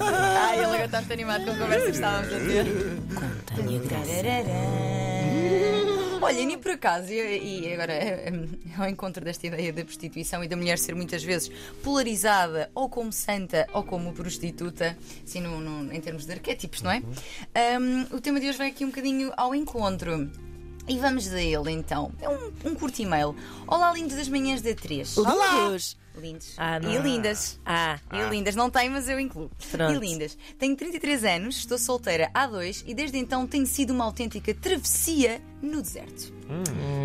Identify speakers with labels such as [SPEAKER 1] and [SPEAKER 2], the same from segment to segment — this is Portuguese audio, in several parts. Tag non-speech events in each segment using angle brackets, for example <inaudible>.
[SPEAKER 1] Ah, ele agora está muito animado com a conversa que estávamos a ter.
[SPEAKER 2] Tenho graça.
[SPEAKER 1] Olha, e por acaso, e, e agora hum, ao encontro desta ideia da prostituição e da mulher ser muitas vezes polarizada ou como santa ou como prostituta, assim no- no- em termos de arquétipos, não é? Hum, o tema de hoje vai aqui um bocadinho ao encontro. E vamos a ele então. É um, um curto e-mail. Olá, lindos das manhãs da 3.
[SPEAKER 2] Lindos.
[SPEAKER 1] Lindos.
[SPEAKER 2] Ah, não.
[SPEAKER 1] e lindas.
[SPEAKER 2] Ah,
[SPEAKER 1] E lindas, não tem, mas eu incluo.
[SPEAKER 2] Pronto.
[SPEAKER 1] E lindas. Tenho 33 anos, estou solteira há dois e desde então tem sido uma autêntica travessia no deserto.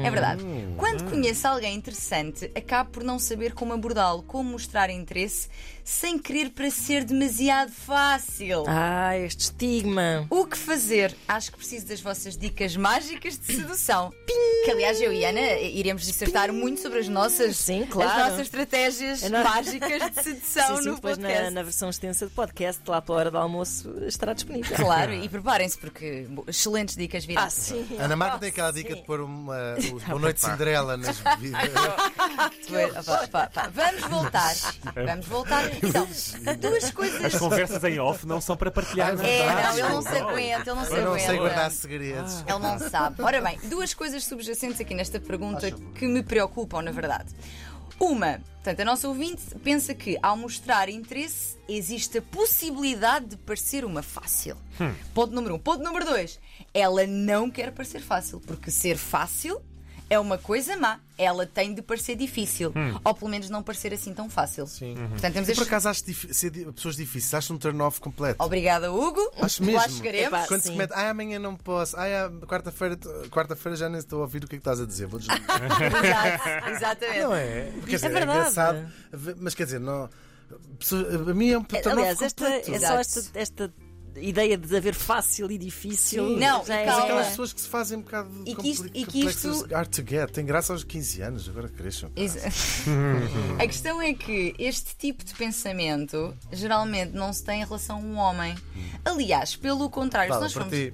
[SPEAKER 1] É verdade. Quando conheço alguém interessante, acabo por não saber como abordá-lo, como mostrar interesse, sem querer para ser demasiado fácil.
[SPEAKER 2] ah, este estigma.
[SPEAKER 1] O que fazer? Acho que preciso das vossas dicas mágicas de sedução. Que aliás eu e Ana eh, iremos dissertar muito sobre as nossas,
[SPEAKER 2] Sim, claro.
[SPEAKER 1] as nossas estratégias
[SPEAKER 2] É nó-
[SPEAKER 1] mágicas de sedução
[SPEAKER 2] sim, é, sim,
[SPEAKER 1] Então, no
[SPEAKER 2] depois
[SPEAKER 1] podcast.
[SPEAKER 2] na, na versão extensa do podcast, lá pela hora do almoço, estará disponível.
[SPEAKER 3] <laughs>
[SPEAKER 1] Claro, e preparem-se porque bo- excelentes dicas virão.
[SPEAKER 2] Ah, sim.
[SPEAKER 3] Ana Marta tem aquela dica de pôr <laughs> uma, o- uma noite de Cinderela nas bebidas.
[SPEAKER 1] Tu é- pá, pá, pá. Vamos
[SPEAKER 3] <laughs>
[SPEAKER 1] voltar. Vamos voltar. Então, duas
[SPEAKER 4] As
[SPEAKER 1] coisas.
[SPEAKER 4] conversas em off não são para partilhar.
[SPEAKER 1] É,
[SPEAKER 4] verdade.
[SPEAKER 1] não, é. ele não se aguenta, ele não se
[SPEAKER 3] Eu não sei guardar
[SPEAKER 1] aguenta.
[SPEAKER 3] segredos.
[SPEAKER 1] Ele não sabe. Ora bem, duas coisas subjacentes aqui nesta pergunta que me preocupam, na verdade. Uma, portanto, a nossa ouvinte pensa que ao mostrar interesse existe a possibilidade de parecer uma fácil. Ponto número um. Ponto número dois, ela não quer parecer fácil, porque ser fácil é uma coisa má. Ela tem de parecer difícil. Ou pelo menos não parecer assim tão fácil. Sim. Portanto, temos
[SPEAKER 3] Eu, por
[SPEAKER 1] este...
[SPEAKER 3] acaso acho dif- ser di- pessoas difíceis, acho um turn-off completo.
[SPEAKER 1] Obrigada, Hugo.
[SPEAKER 3] Acho
[SPEAKER 1] Lá
[SPEAKER 3] mesmo.
[SPEAKER 1] chegaremos.
[SPEAKER 2] Epá,
[SPEAKER 3] Quando se
[SPEAKER 2] sim.
[SPEAKER 3] comete, ai amanhã não posso, ai ah, quarta-feira quarta já nem estou a ouvir o que é que estás a dizer, vou desligar.
[SPEAKER 1] <laughs> Exato, exatamente.
[SPEAKER 3] <laughs> não é? Quer dizer,
[SPEAKER 2] verdade.
[SPEAKER 3] engraçado, mas quer dizer, não, pessoa- a mim é um turn-off
[SPEAKER 1] Então,
[SPEAKER 2] Aliás, esta,
[SPEAKER 3] completo.
[SPEAKER 2] é só esta, esta ideia de haver fácil e difícil.
[SPEAKER 3] Sim.
[SPEAKER 1] Não,
[SPEAKER 2] já
[SPEAKER 1] e
[SPEAKER 2] é-
[SPEAKER 3] Mas
[SPEAKER 1] calma.
[SPEAKER 3] aquelas pessoas que se fazem um bocado
[SPEAKER 1] E que isto- e que
[SPEAKER 3] complexas,
[SPEAKER 1] isto-
[SPEAKER 3] hard to get, tem graça aos 15 anos, agora cresçam.
[SPEAKER 1] Exa- <laughs> a questão é que este tipo de pensamento geralmente não se tem em relação a um homem. Aliás, pelo contrário,
[SPEAKER 3] Fala
[SPEAKER 1] se nós
[SPEAKER 3] por
[SPEAKER 1] formos.
[SPEAKER 3] ti.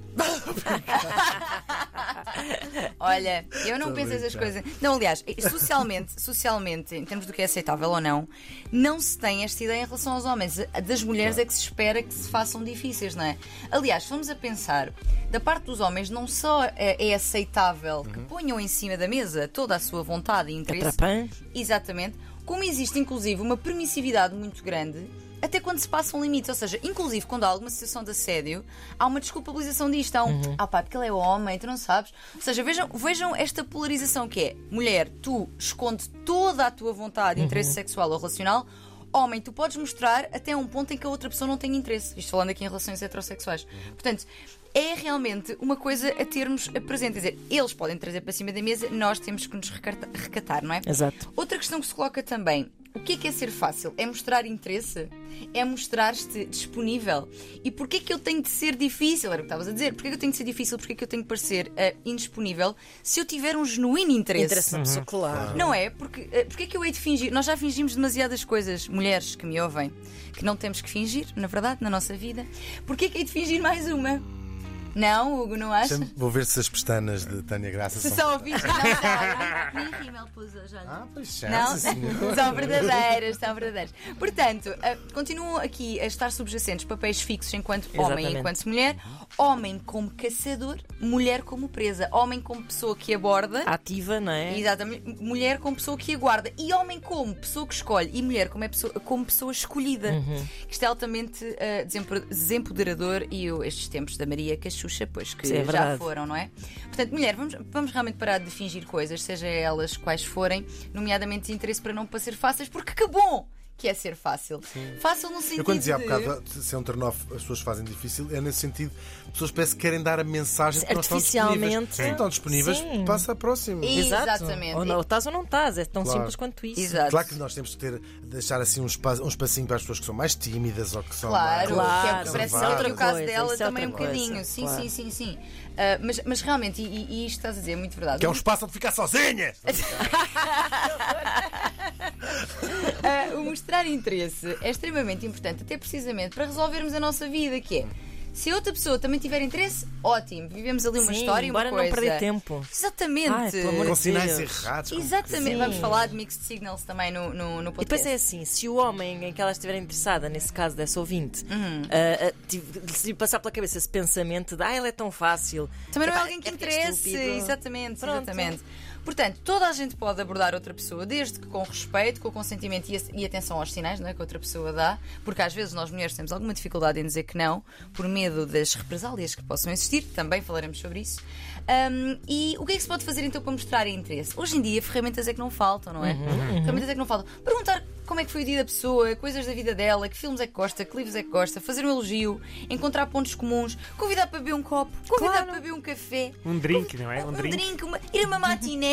[SPEAKER 1] Olha, eu não
[SPEAKER 3] Tô
[SPEAKER 1] penso essas
[SPEAKER 3] brincando.
[SPEAKER 1] coisas. Não, aliás, socialmente, socialmente, em termos do que é aceitável ou não, não se tem esta ideia em relação aos homens. Das mulheres é que se espera que se façam difíceis, não é? Aliás, vamos a pensar, da parte dos homens, não só é, é aceitável
[SPEAKER 3] Uhum.
[SPEAKER 1] que ponham em cima da mesa toda a sua vontade e interesse.
[SPEAKER 2] Trapã?
[SPEAKER 1] Exatamente. Como existe, inclusive, uma permissividade muito grande, até quando se passam limites. Ou seja, inclusive quando há alguma situação de assédio, há uma desculpabilização disto. Há um, ah pá, porque ele é homem, tu não sabes. Ou seja, vejam, vejam esta polarização que é: mulher, tu esconde toda a tua vontade, interesse sexual ou relacional. Homem, tu podes mostrar até um ponto em que a outra pessoa não tem interesse. Isto falando aqui em relações heterossexuais. Portanto, é realmente uma coisa a termos presente. Quer dizer, eles podem trazer para cima da mesa, nós temos que nos recarta- recatar, não é?
[SPEAKER 2] Exato.
[SPEAKER 1] Outra questão que se coloca também: o que é que é ser fácil? É mostrar interesse? É mostrar-te disponível? E porquê que eu tenho de ser difícil? Era o que estavas a dizer. Porquê que eu tenho de ser difícil? Porquê que eu tenho de parecer ah, indisponível se eu tiver um genuíno interesse?
[SPEAKER 2] Interessa na pessoa, claro.
[SPEAKER 1] Não é? Porque, ah, porque é que eu hei de fingir? Nós já fingimos demasiadas coisas, mulheres que me ouvem, que não temos que fingir, na verdade, na nossa vida. Porquê que hei de fingir mais uma? Não, Hugo, não achas?
[SPEAKER 3] Deixa-me- Vou ver se as pestanas de Tânia Graça
[SPEAKER 1] Se
[SPEAKER 3] são.
[SPEAKER 1] só ouviste, não é? sei. Nem rímel pus hoje, olha.
[SPEAKER 3] Ah, pois
[SPEAKER 1] Não, <laughs>
[SPEAKER 3] chance, senhor.
[SPEAKER 1] são verdadeiras, são verdadeiras. Portanto, eh, continuam aqui a estar subjacentes papéis fixos enquanto homem
[SPEAKER 2] Exatamente.
[SPEAKER 1] e enquanto mulher, homem como caçador, mulher como presa, homem como pessoa que aborda.
[SPEAKER 2] Ativa, não é?
[SPEAKER 1] Exatamente, mulher como pessoa que aguarda e homem como pessoa que escolhe e mulher como, é pessoa, como pessoa escolhida.
[SPEAKER 2] Uhum.
[SPEAKER 1] Que isto é altamente eh, desempo- desempoderador e eu, estes tempos da Maria Cachucha, pois que
[SPEAKER 2] Sim, é
[SPEAKER 1] já
[SPEAKER 2] verdade.
[SPEAKER 1] foram, não é? Portanto, mulher, vamos, vamos realmente parar de fingir coisas, seja elas quais forem, nomeadamente de interesse para não para ser fáceis, porque que bom que é ser fácil. Fácil no sentido
[SPEAKER 3] Eu quando dizia há
[SPEAKER 1] de...
[SPEAKER 3] bocado se é um turn-off, as pessoas fazem difícil, é nesse sentido, pessoas parece que querem dar a mensagem que não estão disponíveis.
[SPEAKER 2] Artificialmente.
[SPEAKER 3] Se não estão disponíveis,
[SPEAKER 2] Sim.
[SPEAKER 3] passa à próxima.
[SPEAKER 1] E- Exatamente.
[SPEAKER 2] Ou, não, ou estás ou não estás, é tão
[SPEAKER 3] Claro.
[SPEAKER 2] simples quanto isso.
[SPEAKER 1] Exato.
[SPEAKER 3] Claro que nós temos que ter, deixar assim um, espaço, um espacinho para as pessoas que são mais tímidas ou que são mais.
[SPEAKER 1] Claro,
[SPEAKER 2] Claro,
[SPEAKER 1] que é, parece ser
[SPEAKER 3] reservadas.
[SPEAKER 1] outro caso
[SPEAKER 2] coisa,
[SPEAKER 1] dela
[SPEAKER 2] isso é
[SPEAKER 1] também um
[SPEAKER 2] outra coisa,
[SPEAKER 1] bocadinho. Sim,
[SPEAKER 2] claro.
[SPEAKER 1] sim, sim, sim. Ah, mas, mas realmente, e, e- e isto estás a dizer é muito verdade.
[SPEAKER 3] Que é um espaço onde
[SPEAKER 2] <laughs>
[SPEAKER 3] ficar sozinhas! um
[SPEAKER 1] Ah, o mostrar interesse é extremamente importante, até precisamente para resolvermos a nossa vida, que é. Se a outra pessoa também tiver interesse, ótimo. Vivemos ali uma
[SPEAKER 2] Sim,
[SPEAKER 1] história e uma
[SPEAKER 2] bora não
[SPEAKER 1] coisa.
[SPEAKER 2] perder tempo.
[SPEAKER 1] Exatamente.
[SPEAKER 2] Ai, pelo amor de
[SPEAKER 3] Com sinais
[SPEAKER 2] Deus.
[SPEAKER 3] errados. com-
[SPEAKER 1] Exatamente.
[SPEAKER 2] Sim.
[SPEAKER 1] Vamos falar de mixed signals também no, no, no
[SPEAKER 2] E depois
[SPEAKER 1] podcast.
[SPEAKER 2] é assim, se o homem em que ela estiver interessada, nesse caso dessa ouvinte, ah, ah, tive- se lhe passar pela cabeça esse pensamento de ah, ela é tão fácil.
[SPEAKER 1] Também não é
[SPEAKER 2] Epá,
[SPEAKER 1] alguém que
[SPEAKER 2] é porque é
[SPEAKER 1] interesse.
[SPEAKER 2] estúpido.
[SPEAKER 1] Exatamente,
[SPEAKER 2] Pronto.
[SPEAKER 1] exatamente. Portanto, toda a gente pode abordar outra pessoa, desde que com respeito, com consentimento e a- e atenção aos sinais não é, que outra pessoa dá, porque às vezes nós mulheres temos alguma dificuldade em dizer que não, por medo das represálias que possam existir, também falaremos sobre isso. Ahm, e o que é que se pode fazer então para mostrar interesse? Hoje em dia, ferramentas é que não faltam, não é? Ferramentas é que não faltam. Perguntar como é que foi o dia da pessoa, coisas da vida dela, que filmes é que gosta, que livros é que gosta, fazer um elogio, encontrar pontos comuns, convidar para beber um copo, convidar para beber um café,
[SPEAKER 4] Um drink, não é? Um
[SPEAKER 1] um
[SPEAKER 4] drink.
[SPEAKER 1] drink, uma, ir a uma
[SPEAKER 3] <laughs>
[SPEAKER 1] matiné.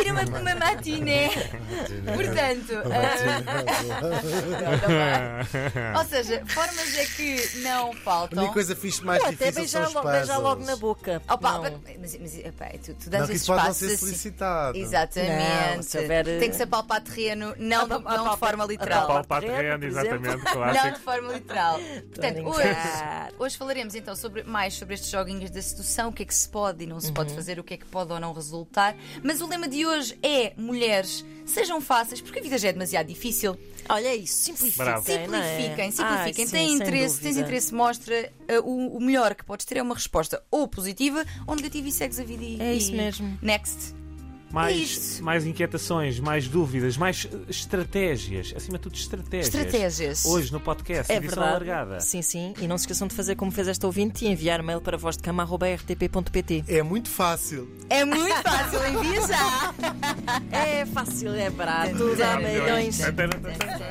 [SPEAKER 1] ir a uma, uma matiné. Portanto,
[SPEAKER 2] <laughs>
[SPEAKER 1] ah, ou seja, formas é que não
[SPEAKER 3] A única
[SPEAKER 1] faltam.
[SPEAKER 3] coisa fixe mais
[SPEAKER 2] Ou até
[SPEAKER 3] É difícil são
[SPEAKER 2] beijar
[SPEAKER 3] os
[SPEAKER 2] logo, beijar logo na
[SPEAKER 3] puzzles.
[SPEAKER 2] boca.
[SPEAKER 1] Opa,
[SPEAKER 2] Não.
[SPEAKER 1] mas, mas, epá, é tu, tu dás
[SPEAKER 3] Não, que
[SPEAKER 1] esses
[SPEAKER 3] isso pode não
[SPEAKER 1] passos
[SPEAKER 3] ser
[SPEAKER 1] assim.
[SPEAKER 3] solicitado.
[SPEAKER 1] Exatamente.
[SPEAKER 2] Não, se houver, eh,
[SPEAKER 1] Tem que se apalpar terreno, não, de-
[SPEAKER 2] apalpar-
[SPEAKER 1] não de forma literal.
[SPEAKER 2] apalpar-
[SPEAKER 4] Pau para terreno,
[SPEAKER 2] Por exemplo.
[SPEAKER 4] exatamente,
[SPEAKER 1] Não
[SPEAKER 4] clássico.
[SPEAKER 1] de forma literal. Portanto,
[SPEAKER 2] a brincar.
[SPEAKER 1] hoje, hoje falaremos então sobre, mais sobre estes joguinhos da sedução, o que é que se pode e não se pode fazer, o que é que pode ou não resultar. Mas o lema de hoje é: mulheres, sejam fáceis, porque a vida já é demasiado difícil.
[SPEAKER 2] Olha é isso, simplifiquem.
[SPEAKER 4] Bravo.
[SPEAKER 2] não é?
[SPEAKER 1] Simplifiquem,
[SPEAKER 2] Ai,
[SPEAKER 1] simplifiquem.
[SPEAKER 2] sim,
[SPEAKER 1] Têm
[SPEAKER 2] sem
[SPEAKER 1] interesse, tens
[SPEAKER 2] dúvida.
[SPEAKER 1] interesse, mostra uh, o, o melhor que podes ter é uma resposta ou positiva ou negativa e segues a vida e.
[SPEAKER 2] É isso
[SPEAKER 1] e-
[SPEAKER 2] mesmo.
[SPEAKER 1] Next.
[SPEAKER 4] Mais,
[SPEAKER 1] Isto.
[SPEAKER 4] mais inquietações, mais dúvidas, mais eh, estratégias. Acima de tudo, estratégias.
[SPEAKER 1] Estratégias.
[SPEAKER 4] Hoje no podcast,
[SPEAKER 2] É
[SPEAKER 4] edição
[SPEAKER 2] verdade.
[SPEAKER 4] largada.
[SPEAKER 2] Sim, sim. E não se esqueçam de fazer como fez esta ouvinte e enviar mail para voz de rtp.pt.
[SPEAKER 3] É muito fácil.
[SPEAKER 1] É muito fácil, envia já.
[SPEAKER 2] É fácil, é barato.
[SPEAKER 1] Tudo
[SPEAKER 2] Tudo
[SPEAKER 1] a
[SPEAKER 2] a
[SPEAKER 4] Milhões.
[SPEAKER 2] milhões.
[SPEAKER 4] Tantana, tantana.